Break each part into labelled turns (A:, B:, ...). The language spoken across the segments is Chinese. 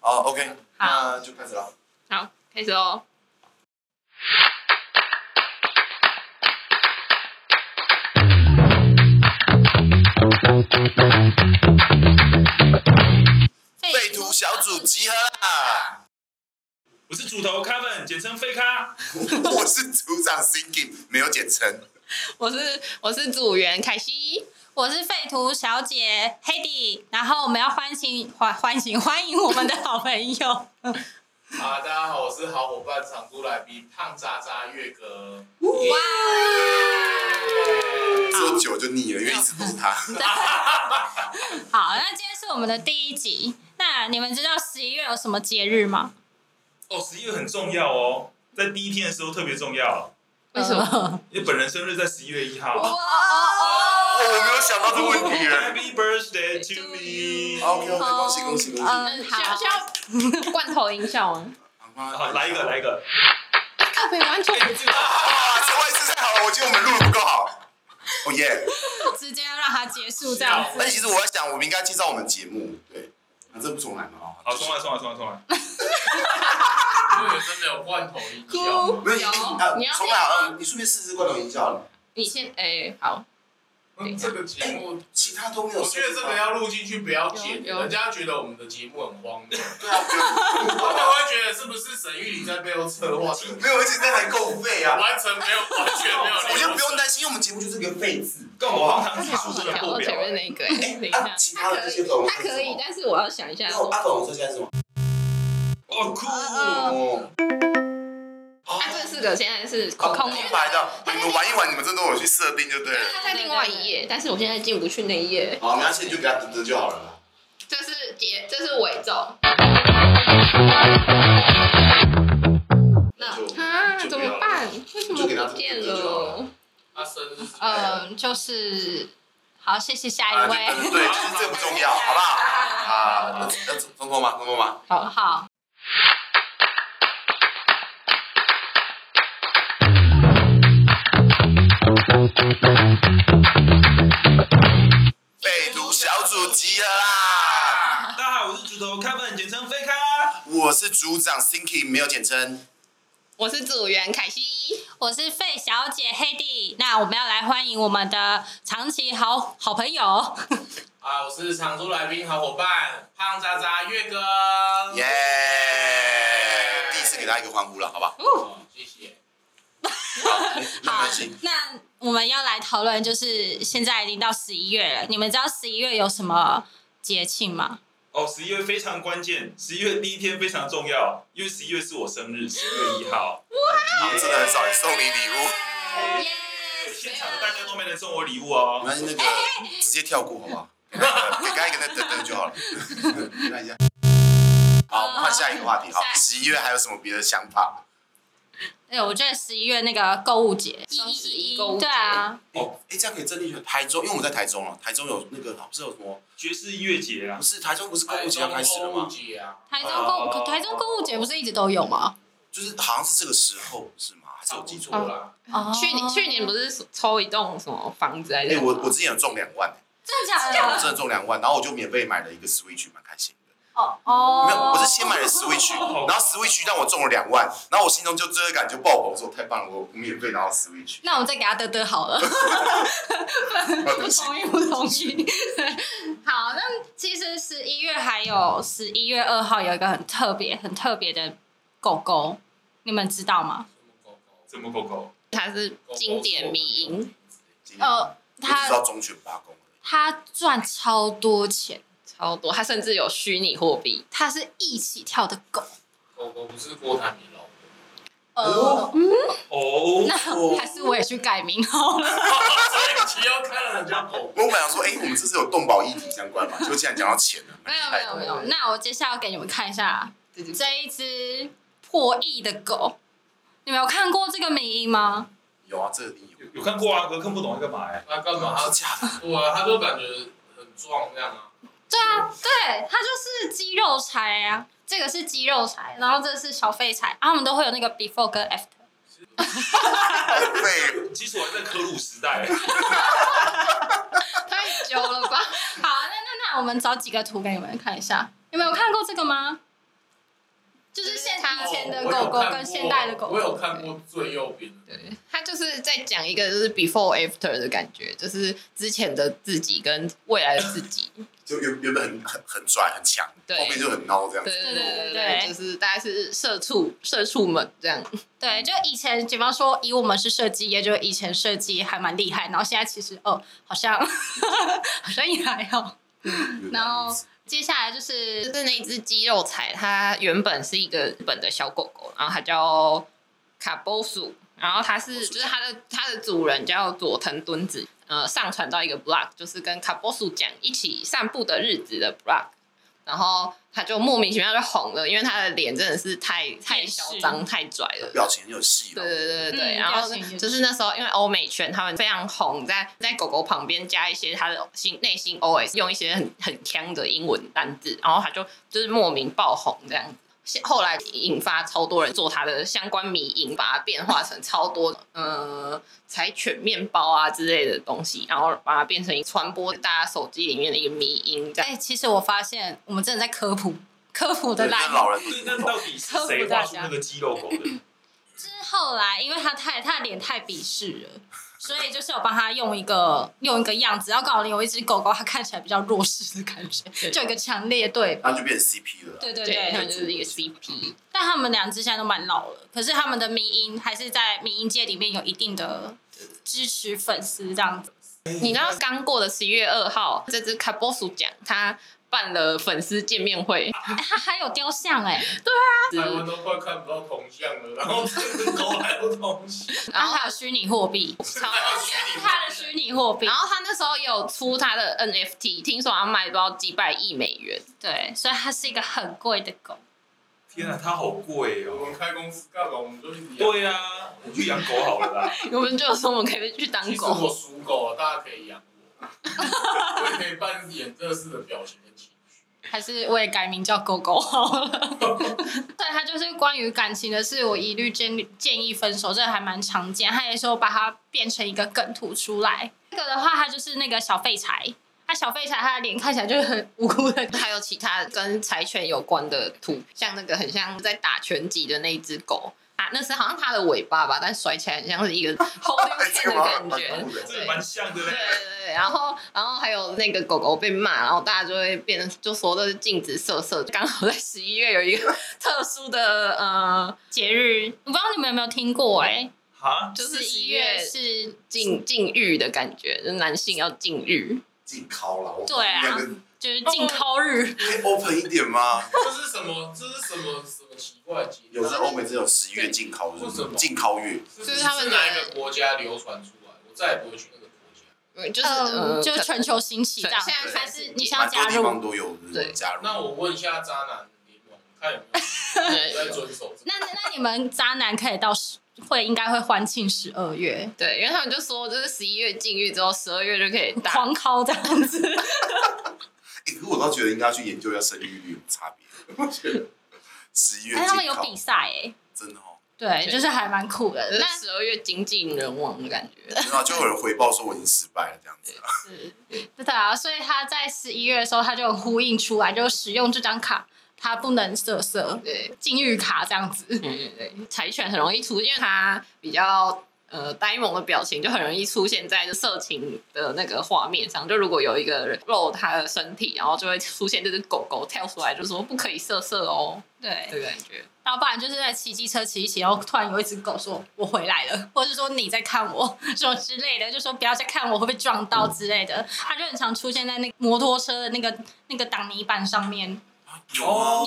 A: OK，那就开始了。
B: 好，开始哦。
A: 废图小组集合啦！
C: 我是主头 Kevin，简称飞咖。
A: 我是组长 Thinking，没有简称。
B: 我是我是组员凯西，
D: 我是废图小姐 Hedy，然后我们要欢迎欢欢迎欢迎我们的好朋 友，
E: 啊，大家好，我是好伙伴长都来宾胖渣渣月哥。
A: 做久就腻了，因为一直都是他。
D: 好，那今天是我们的第一集。那你们知道十一月有什么节日吗？
C: 哦，十一月很重要哦，在第一天的时候特别重要，
B: 为什么？
D: 么？
C: 因为本人生日在十一月一
D: 哦
C: 号。
A: 哦，我没有想到这个问题耶。
C: Happy birthday to me！
A: OK OK，恭喜恭喜恭喜！
E: 呃
D: 嗯，
B: 需要需
D: 好，
B: 要罐头音效吗？
C: 好，来一个，来一个。
B: 靠北完全不知道。
A: 啊，这外事太好了，我觉得我们录的不够好。哦耶！
D: 直接要让它结束这样
A: 但
D: 子。
A: 其实我在想，我们应该介绍我们节目，对，那这不重来嘛啊
C: 好，送来，送来，送来，送来。
E: 因为真的有罐头音效吗，
A: 没有一定啊
B: 你要，
A: 重来啊！你顺便试试罐头音效了，
B: 你先哎、好，
E: 嗯这个节目，
A: 其他都没有。
E: 我觉得这个要录进去，不要剪，
B: 有有
E: 人家觉得我们的节目很 荒谬，
A: 对啊，
E: 他们会觉得是不是沈玉玲在背后策划的，
A: 没有，而且这还够费啊！
E: 完全没有，完全 没有。
A: 我觉得不用担心，因为我们节目就是个废字，
C: 跟我们荒唐技术真的
B: 跳
C: 破
B: 到前
C: 表。
B: 面那 一个、哎等一
A: 啊，
B: 下，
A: 其他
B: 它
A: 的
B: 可
A: 这些
B: 以，
A: 粉红色
B: 它可以，但是我呃要想一下
A: 那。我啊阿粉红色现在是什么？
C: 哦，酷！
A: 哦，
B: 它这四个现在是空空
A: 空空白的，你们玩一玩，你们这都有去设定就对了。
B: 它在另外一页，但是我现在进不去那一页。
A: 好，没关系，你就给他等等就好了啦。
B: 这是结，这是尾奏。那
A: 就
B: 啊，
A: 就
B: 怎
A: 不要
B: 么
A: 了
B: 办？为什
A: 就给他
B: 么不见
A: 这个就好
B: 了嗯
A: 了？
E: 他生日啊是
D: 嗯，就是好，谢谢下
A: 啊，
D: 一
A: 就
D: 位。
A: 对，对其实这不重要，好不好？啊，要通通吗？通通吗？
D: 好好，
A: 废读小组集合啦！
C: 大家好，我是主头 Kevin，简称飞咖。
A: 我是组长 Thinking，没有简称。
B: 我是组员凯西，
D: 我是费小姐 Hedy，那我们要来欢迎我们的长期好好朋友。
E: 啊，我是常驻来宾好伙伴胖渣渣月哥。
A: 耶！第一次给他一个欢呼了，好不好？
E: 哦，谢谢。
A: 好，没
D: 好啊
A: 关系。，
D: 那我们要来讨论，就是现在已经到十一月了，你们知道十一月有什么节庆吗？
C: 哦，十一月非常关键，十一月第一天非常重要，因为十一月是我生日，十一月一号。
A: 好真的很少人送你礼物，
D: 耶！
C: 现场的大家都没人送我礼物哦
A: 没。关系，那个直接跳过，好不好？给刚才一个那等等就好了，看一下。好，我们换下一个话题。好，十一月还有什么别的想法？
D: 哎，我觉得十一月那个购物节，
B: 双十一
D: 111
B: 购物节
D: 对啊，
A: 哦，哎，这样可以真的去台中，因为我们在台中了。台中有那个不是有什么？
C: 爵士音乐节啊
A: 不，是台中不是购物节要开始了
E: 购物
A: 吗？
E: 节啊，
D: 台中购
C: 哦
D: 物，台中购物节不是一直都有吗？
A: 就是好像是这个时候是吗？还是我
E: 我
A: 记
E: 记
A: 错了？
E: 错了。
D: 哦
B: 去年去年不是抽一栋什么房子来
A: 哎、
B: 着？
A: 我我之前有中两万、
D: 真的
A: 欸，
D: 假
A: 我
D: 的？
A: 真的中两万，然后我就免费买了一个 Switch，蛮开心的。
D: 哦哦，
A: 没有，我是先买了 Switch，然后 Switch 让我中了两万，然后我心中就罪恶感就爆棚，说太棒了，我免费拿到 Switch。
D: 那我们再给他得得好了，
A: 不
D: 不同意不同 意。好，那其实十一月还有十一月二号有一个很特别很特别的狗狗，你们知道吗？
C: 怎么狗狗？
B: 它是经典迷音，
D: 呃，
A: 他
D: 它
A: 知道忠犬八公而
D: 他赚超多钱，
B: 超多，它甚至有虚拟货币。
D: 他是一起跳的狗。
E: 狗狗不是郭台铭老婆。
D: 呃
A: 哦，
C: 哦，
D: 那 还是我也去改名好了。
E: 所以你要看了人家狗，
A: 已。我本来想说，哎、我们这是有动保议题相 关嘛，就竟然讲到钱了，
D: 没有没有没有，那我接下来给你们看一下
B: 对对对
D: 这一只破亿的狗，你们有看过这个迷因吗？
A: 有啊，这个一定有，
C: 有看过啊，可是看不懂在干嘛哎。
E: 他干嘛？
A: 是
E: 他
A: 假的，
E: 对啊，他就感觉很壮那样啊。
D: 对啊，对，它就是肌肉柴啊，这个是肌肉柴，然后这是小废柴，啊他们都会有那个 before 跟 after。
A: 对，
C: 其实我还在科鲁时代，
B: 太久了吧？
D: 好，那那那我们找几个图给你们看一下，你们有看过这个吗？就是现
B: 他
D: 以前的
E: 哦
D: 狗狗跟现代的狗
E: 我有
D: 狗，
E: 看过我有看过最右边的，
B: 对他就是在讲一个就是 before after 的感觉，就是之前的自己跟未来的自己。
A: 就原原本很很很拽很强，
B: 对
A: 后面就很孬这样
B: 对
A: 子。
B: 对
D: 对
B: 对
D: 对
B: 对，
D: 对
B: 就是大概是社畜社畜们这样。
D: 对，就以前，比方说以我们是设计业，就以前设计还蛮厉害，然后现在其实哦，好像 好像也还好。然后接下来就是
B: 就是那只肌肉彩，它原本是一个日本的小狗狗，然后它叫卡波鼠，然后它是就是它的它的主人叫佐藤敦子，呃，上传到一个 blog，就是跟卡波鼠讲一起散步的日子的 blog，然后它就莫名其妙就红了，因为它的脸真的是太太
D: 厌世
B: 嚣张、太拽了。
A: 表情很有戏
B: 对
A: 了，
B: 对对对对，
D: 嗯
B: 然后
D: 表情也
B: 就是是那时候，因为欧美圈他们非常红，在在狗狗旁边加一些他的心内心 OS，用一些很很强的英文单字，然后他就就是莫名爆红这样子。后来引发超多人做他的相关迷影，把它变化成超多呃柴犬面包啊之类的东西，然后把它变成传播大家手机里面的一个迷音这样。
D: 哎、其实我发现我们真的在科普科普的
A: 对，
D: 烂
A: 跟。老人不
C: 对，
A: 一
C: 那
A: 样
C: 到底是谁画出那个肌肉狗的？
D: 之后来，因为他太他的脸太鄙视了，所以就是有帮他用一个用一个样子，然后刚好有一只狗狗，它看起来比较弱势的感觉，就有一个强烈对比。
A: 然后就变成 CP 了啦。
D: 对对
B: 对，他们
D: 对，
B: 就是一个 CP。
D: 但他们两只现在都蛮老了，可是他们的迷音还是在迷音界里面有一定的支持粉丝这样子。
B: 你知道刚过的十一月二号，这只卡波鼠奖它办了粉丝见面会，
D: 哎、它还有雕像哎、
E: 台湾都快看不到铜像了，然 后这只狗还有铜像，
D: 然
B: 然后
D: 后还有虚拟货币，
B: 超。
E: 还有虚拟
D: 它的虚拟货币
B: 然，后他那时候也有出他的 NFT，听说他卖不知道几百亿美元，
D: 对，所以它是一个很贵的狗。
C: 天啊，它好贵
E: 我
C: 哦！
E: 们开公司干嘛？我们就是养。
C: 对啊，我去养狗好了啦。
B: 我们就说我们可以去当
E: 其实我
B: 狗。
E: 属狗，大家可以养我，我也可以扮演这次的表情跟情绪。
D: 还是我也改名叫狗狗好了。对，他就是关于感情的事，我一律建议建议分手，这个还蛮常见。他也说把它变成一个梗图出来。这个的话，他就是那个小废柴，他小废柴，他的脸看起来就是很无辜的。
B: 还有其他跟柴犬有关的图，像那个很像在打拳击的那一只狗啊，那是好像它的尾巴吧，但甩起来很像是一个 holding
A: 哎
B: hand
A: 这个蛮
B: 的感
A: 蛮
B: 觉。
A: 酷 的，
C: 这个蛮像的
B: 对
C: 嘞。
B: 对对，然后然后还有那个狗狗被骂，然后大家就会变成就说这是禁止色色。刚好在十一月有一个特殊的呃，
D: 节日，我不知道你们有没有听过哎、
C: 哈，
B: 就是
D: 一
B: 11
D: 月
B: 月
D: 是
B: 禁禁欲的感觉，就是男性要禁欲。
A: 进靠了。我
D: 对啊
A: 两个
D: 就是
B: 哦
D: 禁抠日，
A: 可以 open 一点吗？
E: 这是什么？这是什么什么奇怪的节日？
A: 有在欧美只有十一月进考
E: 为什
A: 日，
E: 么
A: 进考月
E: 是
B: 就是他们
E: 是
B: 的
E: 哪一个国家流传出来？我再也不会去那个国家。
B: 嗯就是、
D: 嗯，
B: 呃，
D: 就是
B: 可
D: 全球兴起这样。
B: 现
A: 在
D: 还
A: 开
B: 始
D: 是你想要
A: 蛮多
D: 加
A: 地
D: 入
A: 方？都有人
B: 对
A: 加入。
E: 那我问一下渣男联盟，看有没有在遵守这个？
D: 那那你们渣男可以到十会应该会欢庆十二月，
B: 对，因为他们就说，就是十一月禁欲之后，十二月就可以打。
D: 狂敲这样 子。
A: 欸可是我倒觉得应该要去研究一下生育率有差别。 我觉得十一月
D: 哎，他们
A: 进
D: 有
A: 考
D: 比赛哎、
A: 真的哦，
D: 对，
B: 对
D: 就是还蛮酷的。
B: 就是
D: 那
B: 十二月精尽人亡的感觉，
A: 然哦后就有人回报说我已经失败了这样子啊。
D: 是对啊，所以他在十一月的时候，他就有呼应出来，就使用这张卡，他不能色色，
B: 对，
D: 禁欲卡这样子。
B: 嗯对对，柴犬很容易出，因为它比较呃呆萌的表情，就很容易出现在就色情的那个画面上。就如果有一个人露他的身体，然后就会出现这只狗狗跳出来，就说不可以色色哦，
D: 对，
B: 这个感觉。
D: 然后不然就是在骑机车骑一骑，然后突然有一只狗说“我回来了”， 或者是说“你在看我”什么之类的，就说不要再看我会被撞到之类的。他就很常出现在那个摩托车的那个那个挡泥板上面，
A: 有吗？
D: 哦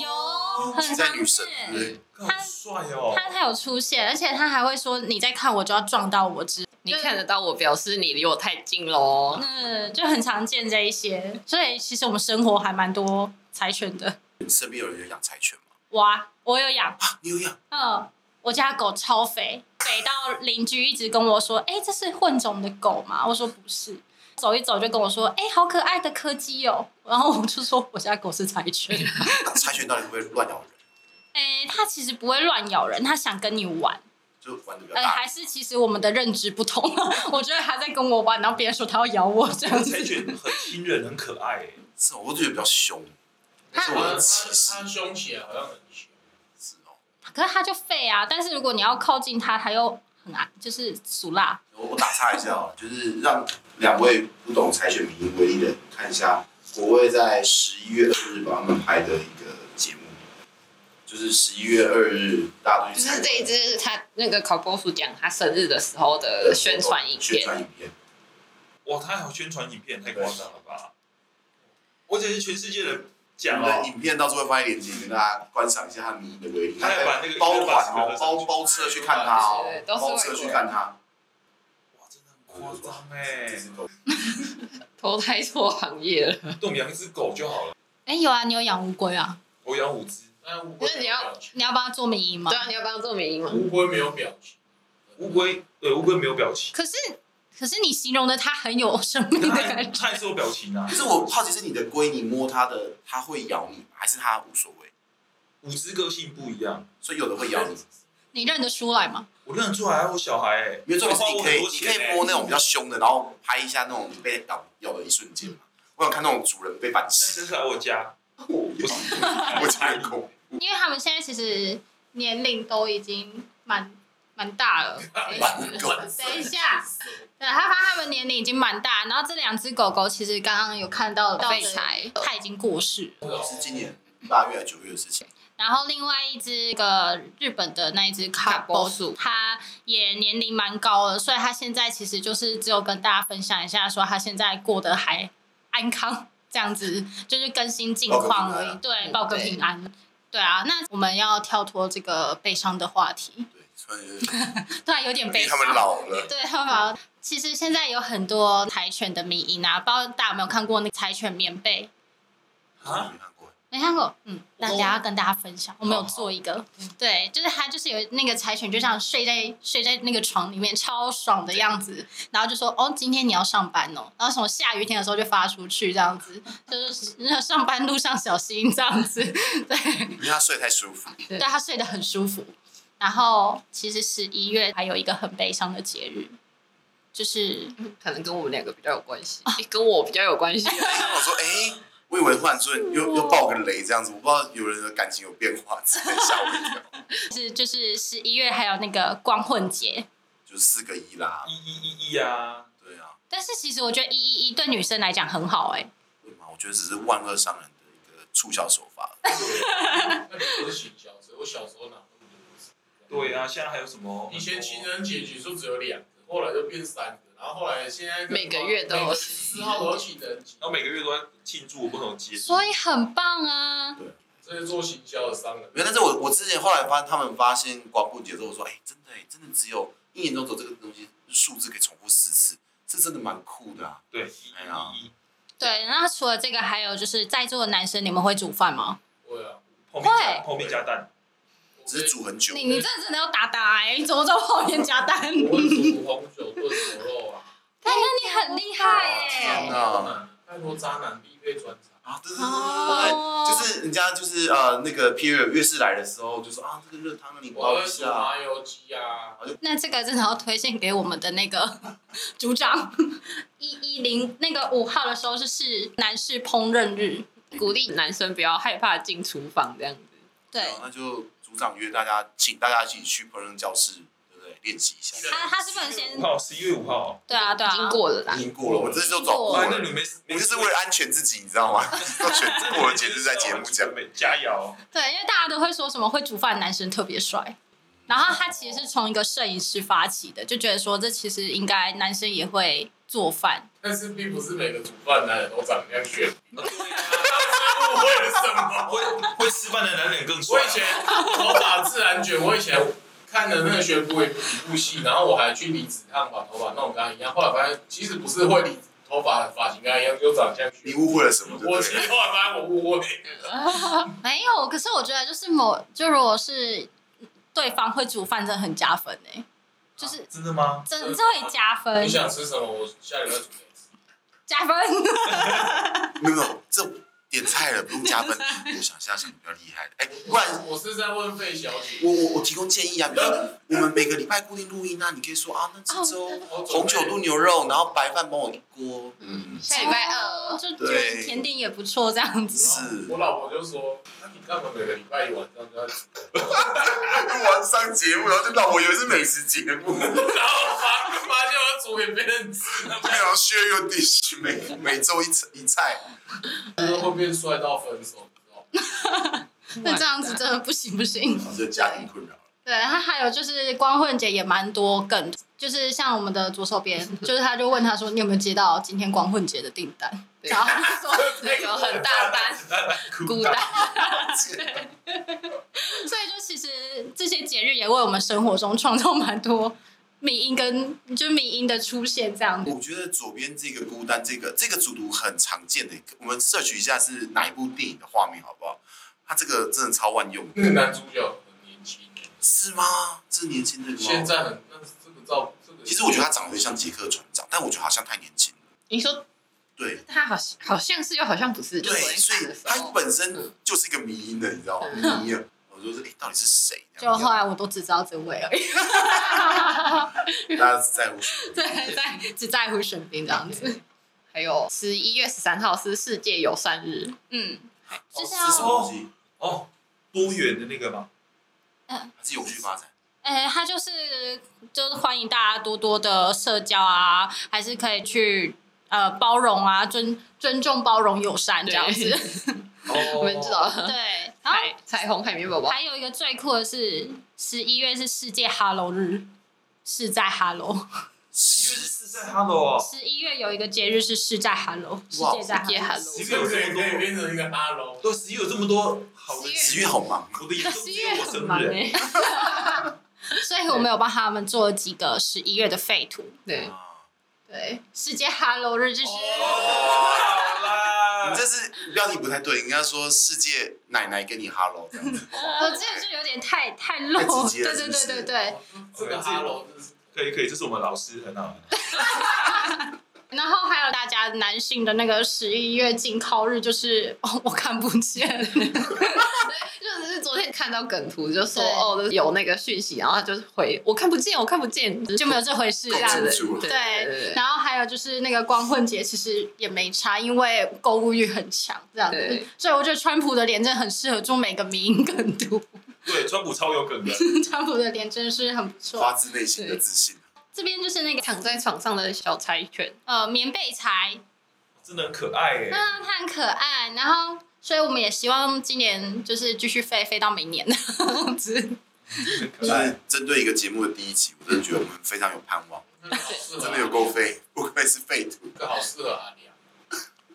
D: 有很
A: 骑在
D: 常
A: 女神
D: 见
A: 对不。对？
C: 好帅哦！
D: 他他有出现，而且他还会说你在看我就要撞到我之，
B: 你看得到我，表示你离我太近喽。
D: 嗯，就很常见这一些。所以其实我们生活还蛮多柴犬的。
A: 你身边有人有养柴犬吗？
D: 哇，我有养，
A: 啊，你有养？
D: 嗯，我家狗超肥，肥到邻居一直跟我说，哎、这是混种的狗吗？我说不是。走一走就跟我说，哎、好可爱的柯基哦。 然后我就说，我家狗是柴犬。
A: 那柴犬到底会不会乱咬人？
D: 哎、它其实不会乱咬人，它想跟你玩。
A: 就玩的比较
D: 呃，
A: 大
D: 还。是其实我们的认知不同。 我觉得它在跟我玩，然后别人说它要咬我这样子。
C: 柴犬很亲人，很可爱耶。
A: 哦是，我就觉得比较凶。
E: 他
A: 是我的歧视
E: 他凶起来好像很凶，
A: 是哦
D: 可是他就废啊。但是如果你要靠近他，他又很爱，就是俗辣。
A: 我我打岔一下哦，就是让两位不懂柴犬迷因威力的人看一下，国卫在十一月二日帮他们拍的一个节目，就是十一月二日大家都
B: 就
A: 去参
B: 是
A: 观
B: 这一支他那个考波叔讲他生日的时候的宣传影
A: 宣
B: 片，
A: 传影片，
C: 哇，他还有宣传影片，太夸张了吧！而且是全世界的
A: 我
C: 讲
A: 们的
C: 哦，
A: 影片到时候会发链接给大家观赏一下他迷因的威力，
C: 他要把那个
A: 包
C: 一百八十
A: 款
C: 个
A: 哦
C: 都，上
A: 包
C: 去
A: 包车去看他哦
B: 对，都是
A: 包车去看他，
C: 哇，真的很夸张哎！
B: 投胎错行业了。
C: 我们养一只狗就好了，
D: 哎、有啊，你有养乌龟啊？
C: 我养五只，
E: 但乌龟
B: 那
E: 没
B: 你
E: 有
B: 要
E: 表情，
D: 你要帮他做美音吗
B: 对？啊，你要帮做美音吗？
E: 乌龟没有表情，
C: 乌龟对乌龟没有表情，
D: 可是可是你形容的他很有生命的感觉。
C: 它也是有表情啊
A: 可，是我好奇是你的龟，你摸它的，它会咬你吗，还是它无所谓？
C: 五只个性不一样，
A: 所以有的会咬你，
D: 你认得出来吗？
C: 我认得出来啊，我小孩哎，
A: 因为重点
C: 花
A: 是你
C: 我
A: 可
C: 很
A: 以，
C: 多
A: 你可
C: 钱
A: 以
C: 哎
A: 摸那种比较凶的，然后拍一下那种被咬咬的一瞬间嘛。我想看那种主人被反
C: 那
A: 噬，
C: 真是来我家，不是
A: 我太恐。
D: 因为他们现在其实年龄都已经蛮蛮大 了。等一下，对，他发现他们年龄已经蛮大，然后这两只狗狗其实刚刚有看到
B: 废柴
D: 它已经过世。
A: 是今年八月还是九月的事情。
D: 然后另外一只个日本的那一只卡波鼠，它也年龄蛮高了，所以它现在其实就是只有跟大家分享一下，说它现在过得还安康，这样子就是更新近况而
A: 报个平安啊
D: 已，对，报个平
B: 嗯
D: 安。对啊，那我们要跳脱这个悲伤的话题，
A: 对，所以因
D: 突然有点悲
A: 为
D: 伤
A: 他。们老了，
D: 对，他们好像其实现在有很多柴犬的迷因啊，不知道大家有没有看过那个柴犬棉被？
C: 啊，
A: 没看过。
D: 没看过，嗯，那等一下跟大家分享。我们有
C: 好
D: 做一个，对，就是它就是有那个柴犬就这样睡在睡在那个床里面，超爽的样子。然后就说哦，今天你要上班哦，然后什么下雨天的时候就发出去这样子，就是那上班路上小心这样子。对，
A: 因为他睡得太舒服，
D: 对，它睡得很舒服。然后其实十一月还有一个很悲伤的节日，就是
B: 可能跟我们两个比较有关系，诶跟我比较有关系。
A: 他跟我说：“哎，我以为忽然说又又爆个雷这样子，我不知道有人的感情有变化，之类吓我一跳。
D: 是就是十一月还有那个光棍节，
A: 就是四个一啦，
C: 一一一一啊，
A: 对啊，
D: 但是其实我觉得一一一对女生来讲很好哎、
A: 对嘛？我觉得只是万恶商人的一个促销手法。
E: 那你不是行销， 所以我小时候哪那么多？
C: 对啊，现在还有什么？
E: 以前情人节结束只有两个，后来就变三个，然后后来现在
B: 每个月都有
E: 四号都有情人 节，
C: 然后每个月都在庆祝不同的节日，
D: 所以很棒啊！
E: 这是做行销的商人。
A: 没有，但是我我之前后来发现，他们发现光棍节之后说，哎、真的、哎，真的只有一年中走这个东西数字可以重复四次，这真的蛮酷的啊！
C: 对，
A: 哎呀
C: 一一一
D: 对，那除了这个，还有就是在座的男生，你们会煮饭吗？
E: 对啊，
C: 泡面加
D: 会
C: 泡面加蛋，
A: 只是煮很久
D: 你，你这真的要打打哎、你怎么在泡面加蛋？
E: 我会煮红酒炖牛肉啊，
D: 哎，那你很厉害哎、
A: 天哪！
E: 太多渣男必备专场。
A: 啊，对对对对
D: 哦，
A: 对，就是人家就是呃那个 period 月事来的时候，就说啊这个热汤让你
E: 我
A: 煲
E: 会
A: 一
E: 煮
A: 下，
E: 麻油鸡啊，
D: 那这个真的要推荐给我们的那个 组长一一零那个五号的时候是是男士烹饪日，
B: 鼓励男生不要害怕进厨房这样子。
D: 对
B: 哦
A: 然后，那就组长约大家，请大家一起去烹饪教室，对不对？练习一下。
D: 他他是不能先
C: 五号十一月五号，
D: 对啊对
B: 已
D: 啊，
B: 经过了啦
A: 已，经过了，我这次就
D: 哦
A: 走过
C: 哇，
A: 了
C: 那。你没
A: 我就是为了安全自己，你知道吗？ 要选过了，简直在节目讲。
C: 佳肴，
D: 对，因为大家都会说什么会煮饭的男生特别帅，然后他其实是从一个摄影师发起的，就觉得说这其实应该男生也会做饭。
E: 但是并不是每个煮饭男人都长那样 炫。
C: 对啊
E: 误会了什么？
C: 会会吃饭的男人更
E: 我
C: 帅啊
E: 以。前头发自然卷，我以前看了那个学部一部戏，然后我还去离子烫把头发弄跟他一样，后来发现其实不是会理头发的发型跟他一样，就长相。
A: 你误会了什么？对不
E: 我其
A: 对？
E: 实后来发现我误会，
D: 没有，可是我觉得就是某就如果是对方会煮饭，真的很加分哎、就是
C: 真的吗？
D: 真的会加分
E: 你，想吃什么？我下礼拜煮给你吃。
D: 加分。
A: 没有，没有，这点菜了，不用加分。我想一下，想比较厉害的，哎、不然
E: 我是在问费小姐，
A: 我我我提供建议啊，比如说我们每个礼拜固定录音啊，你可以说啊，那这周
E: 我准备
A: 红酒炖牛肉，然后白饭帮我一锅，嗯，
B: 下礼拜二，
D: 就就
A: 对
D: 甜点也不错这样子。
A: 是
E: 我老婆就说，那你干嘛每个礼拜一晚上都要吃？
A: 录完上节目，然后就让我以为是美食节目，
E: 然后发发现我煮给别人吃，那
A: 然后 share your dish，每每周一次一菜，
E: 不是会变帅到分手，你知道吗？
D: 那这样子真的不行不行。
A: 这是家庭困扰。
D: 对，他还有就是光棍节也蛮多梗，就是像我们的左手 边，就是他就问他说你有没有接到今天光棍节的订单，
B: 对
D: 然后他就 说
B: 有很大单，孤单。
D: 所以就其实这些节日也为我们生活中创造蛮多迷音跟就迷音的出现这样子。
A: 我觉得左边这个孤单，这个这个主图很常见的，我们摄取一下是哪一部电影的画面好不好？它这个真的超万用的，
E: 那个男主角很年轻，
A: 是吗？这年轻的吗？
E: 现在很，那这个照，这个
A: 其实我觉得他长得像杰克船长，但我觉得好像太年轻了。
B: 你说
A: 对
B: 他好像好像是又好像不是，就
A: 对
B: 昨，天
A: 所
B: 看
A: 以
B: 的时
A: 他
B: 候，
A: 本身就是一个迷因的，你知道吗？迷因。我说是，哎、到底是谁？
D: 就后来我都只知道这位而已，
A: 大家在乎什么
D: 对，在只在乎玄彬这样子。
B: 还有十一月十三号是世界友善日，
D: 嗯，
C: 哦
D: 就是
A: 是什么
D: 要
A: 东西？
C: 哦，多元的那个嘛，
A: 还是有序发展？
D: 呃，他就是就是欢迎大家多多的社交啊，还是可以去呃包容啊，尊尊重、包容、友善这样子。
C: 哦
B: 我们知道
D: 对，然后
B: 彩彩虹海绵宝宝，
D: 还有一个最酷的是十一月是世界哈喽日，是在哈喽。
C: 十月是在 Hello 啊，
D: 十一月有一个节日是世在哈喽，世
A: 哇
D: 界在
B: 世界
D: 哈
B: 哈
D: 喽。
B: 喽
C: 十
E: 是
C: 月
E: 不
C: 有
E: 是
C: 这么
E: 可以
C: 多，
E: 变成一个哈喽？
C: 对，十一有这么多好的，
A: 子月好忙，啊
C: 我的眼中
B: 十
C: 只
B: 月
C: 有我
B: 很
C: 生
B: 忙
C: 日 欸，
B: 哎，
D: 所以我们有帮他们做了几个十一月的废图。
B: 对
A: 啊
B: 对，
D: 世界哈喽日就是、
C: 哦，好啦，
A: 你这是标题不太对，应该说世界奶奶跟你哈喽这样子。
D: 我哦这个就有点太太露，
A: 太直接
D: 对
A: 了
D: 对
A: 是
D: 对
A: 不是
D: 对对。
E: 哎这个哈喽，这是
C: 可以可以，这是我们老师很好，
D: 然后还有大家男性的那个十一月禁靠日，就是哦，我看不见，
B: 就是昨天看到梗图就说
D: 对
B: 哦有那个讯息，然后他就回我看不见，我看不见，
D: 就没有这回事这样
A: 搞
D: 子。
A: 清楚了
B: 对
D: 对，
B: 对
D: 然后还有就是那个光棍节，其实也没差，因为购物欲很强，这样子
B: 对。
D: 所以我觉得川普的脸真的很适合做每个民梗图，
C: 对，川普超有梗的，
D: 川普的脸真是很不
A: 发
D: 错。
A: 自内心的自信。
D: 这边就是那个
B: 躺在床上的小柴犬，
D: 呃棉被才，
C: 真的很可爱哎，
D: 那它很可爱，然后。所以我们也希望今年就是继续飞飞到明年 这样子。
C: 很
A: 就
C: 可爱
A: 是。针对一个节目的第一集，我真的觉得我们非常有盼望，
E: 那个好适合，
A: 真的有够飞，不愧是废土。
E: 这个好啊适合阿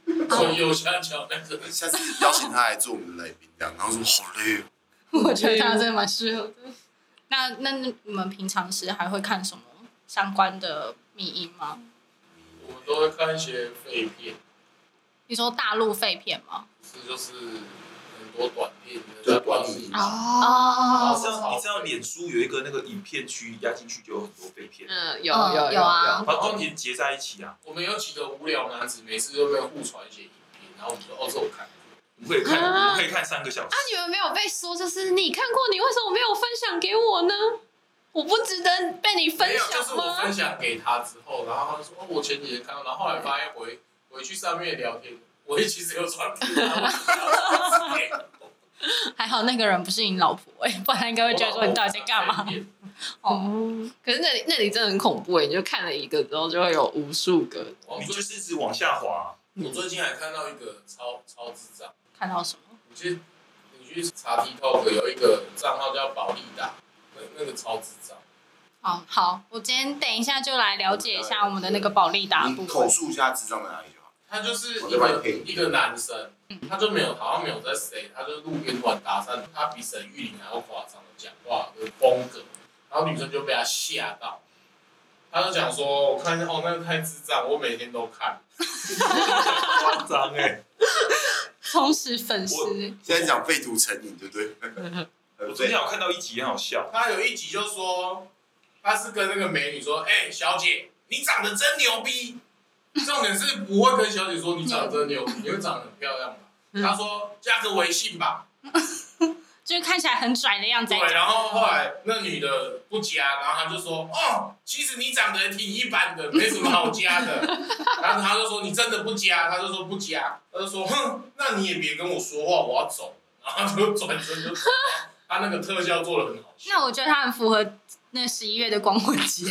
E: 良，从右下角那个。
A: 下次邀请他来做我们的来宾，这样，然后说好累哦。
D: 我觉得他真的蛮适合的。那那你们平常时还会看什么相关的迷音吗？
E: 我们都会看一些废片，
D: 你说大陆废片吗？
E: 是就是很多短片，
A: 对短片
B: 哦，
D: 哦
C: 好像你知道，脸书有一个那个影片区，压进去就有很多废片，
B: 嗯，有
D: 嗯
B: 有
D: 有啊
C: 然后就连结在一起啊，
E: 我们有几个无聊男子，每次都被互传一些影片，然后我们就哦，这我看过，
C: 我可以看，
B: 啊
C: 我可以看三个小时
B: 啊，，你们没有被说，就是你看过，你为什么没有分享给我呢？我不值得被你分
E: 没有，就是
B: 享
E: 我分
B: 吗？
E: 享给他之后，然后他就说哦，我前几天看到，然后后来发现回回去上面聊天，我也其实有传给他，
D: 还好那个人不是你老婆哎、不然应 该会觉得说你到底在干嘛？
B: 哦，可是那里那里真的很恐怖哎，你就看了一个之后就会有无数个，
E: 我
C: 你
E: 最
C: 就是一直往下 滑，
E: 我最近还看到一个超超智障。
D: 看到什么？
E: 你去你去查 TikTok 有一个账号叫保利达，那那个超智障，
D: 哦，好，我今天等一下就来了解一下我们的那个保利达的部
A: 你嗯口
D: 分。
A: 述一下智障在哪里哦就好。
E: 他就是
A: 我
E: 一
A: 在帮
E: 个
A: 你配
E: 一个男生，他就没有好像没有在谁，他就路边突然搭讪，他比沈玉琳还要夸张的讲话的风格，然后女生就被他吓到，他就讲说，我看一下哦，那个太智障，我每天都看，
C: 夸张 哎！
D: 充实粉丝，
A: 现在讲废土成瘾，对不对？呃
C: 我昨天有看到一集很好笑，
E: 他有一集就说，他是跟那个美女说，哎、小姐，你长得真牛逼，重点是不会跟小姐说你长得真牛逼，你会长得很漂亮吧？
D: 嗯
E: 他说加个微信吧，
D: 就是看起来很拽的样子
E: 对
D: 在讲。，
E: 然后后来那女的不加，然后他就说，哦，其实你长得挺一般的，没什么好加 的。然后他就说你真的不加，他就说不加，他就说哼，那你也别跟我说话，我要走。然后就转身就走了。他那个特效做的很好笑，
D: 那我觉得他很符合那十一月的光棍节。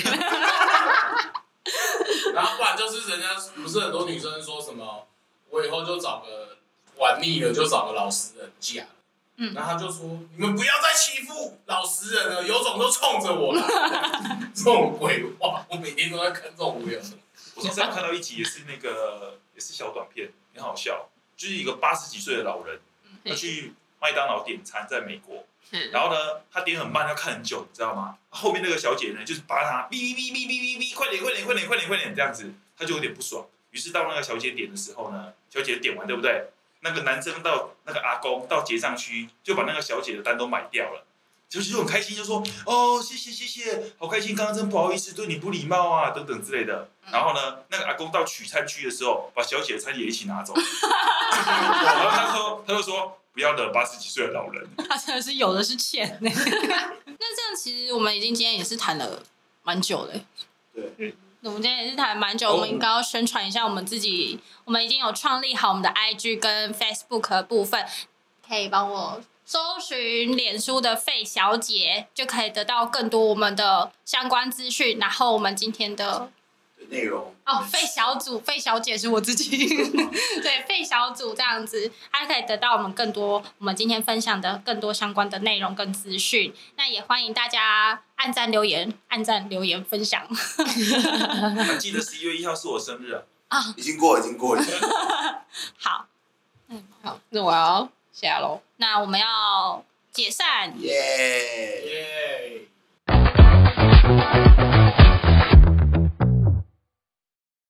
E: 然后不然就是人家不是很多女生说什么，我以后就找个玩腻了就找个老实人嫁。
D: 嗯
E: 然后他就说：“你们不要再欺负老实人了，有种都冲着我来！” 这种鬼话，我每天都在看这种无聊的。
C: 我上次有看到一集也是那个也是小短片，很好笑，就是一个八十几岁的老人，他去麦当劳点餐，在美国，
B: 嗯
C: 然后呢，他点很慢，要看很久，你知道吗？后面那个小姐呢，就是扒他，哔哔哔哔哔哔，快点快点快点快点快点这样子，他就有点不爽。于是到那个小姐点的时候呢，小姐点完对不对？那个男生到那个阿公到结账区，就把那个小姐的单都买掉了。就是就很开心，就说哦，谢谢谢谢，好开心，刚刚真不好意思，对你不礼貌啊，等等之类的。然后呢，那个阿公到取餐区的时候，把小姐的餐也一起拿走。 然后他说，他就说不要惹八十几岁的老人。
D: 他真的是有的是 钱呢。那这样其实我们已经今天也是谈了蛮久了。欸
A: 对，
D: 我们今天也是谈蛮久，
C: 哦
D: 我们应该要宣传一下我们自己，我们已经有创立好我们的 IG 跟 Facebook 的部分，可以帮我搜寻脸书的费小姐，就可以得到更多我们的相关资讯。然后我们今天的
A: 对内容
D: 哦，费小组，费小姐是我自己，对，费小组这样子，还可以得到我们更多我们今天分享的更多相关的内容跟资讯。那也欢迎大家按赞留言，按赞留言分享。
C: 还记得十一月一号是我生日啊，
A: 已经过了，已经过了。
D: 好，
B: 好，那我要下喽。
D: 那我们要解散。
A: 耶、
E: 耶、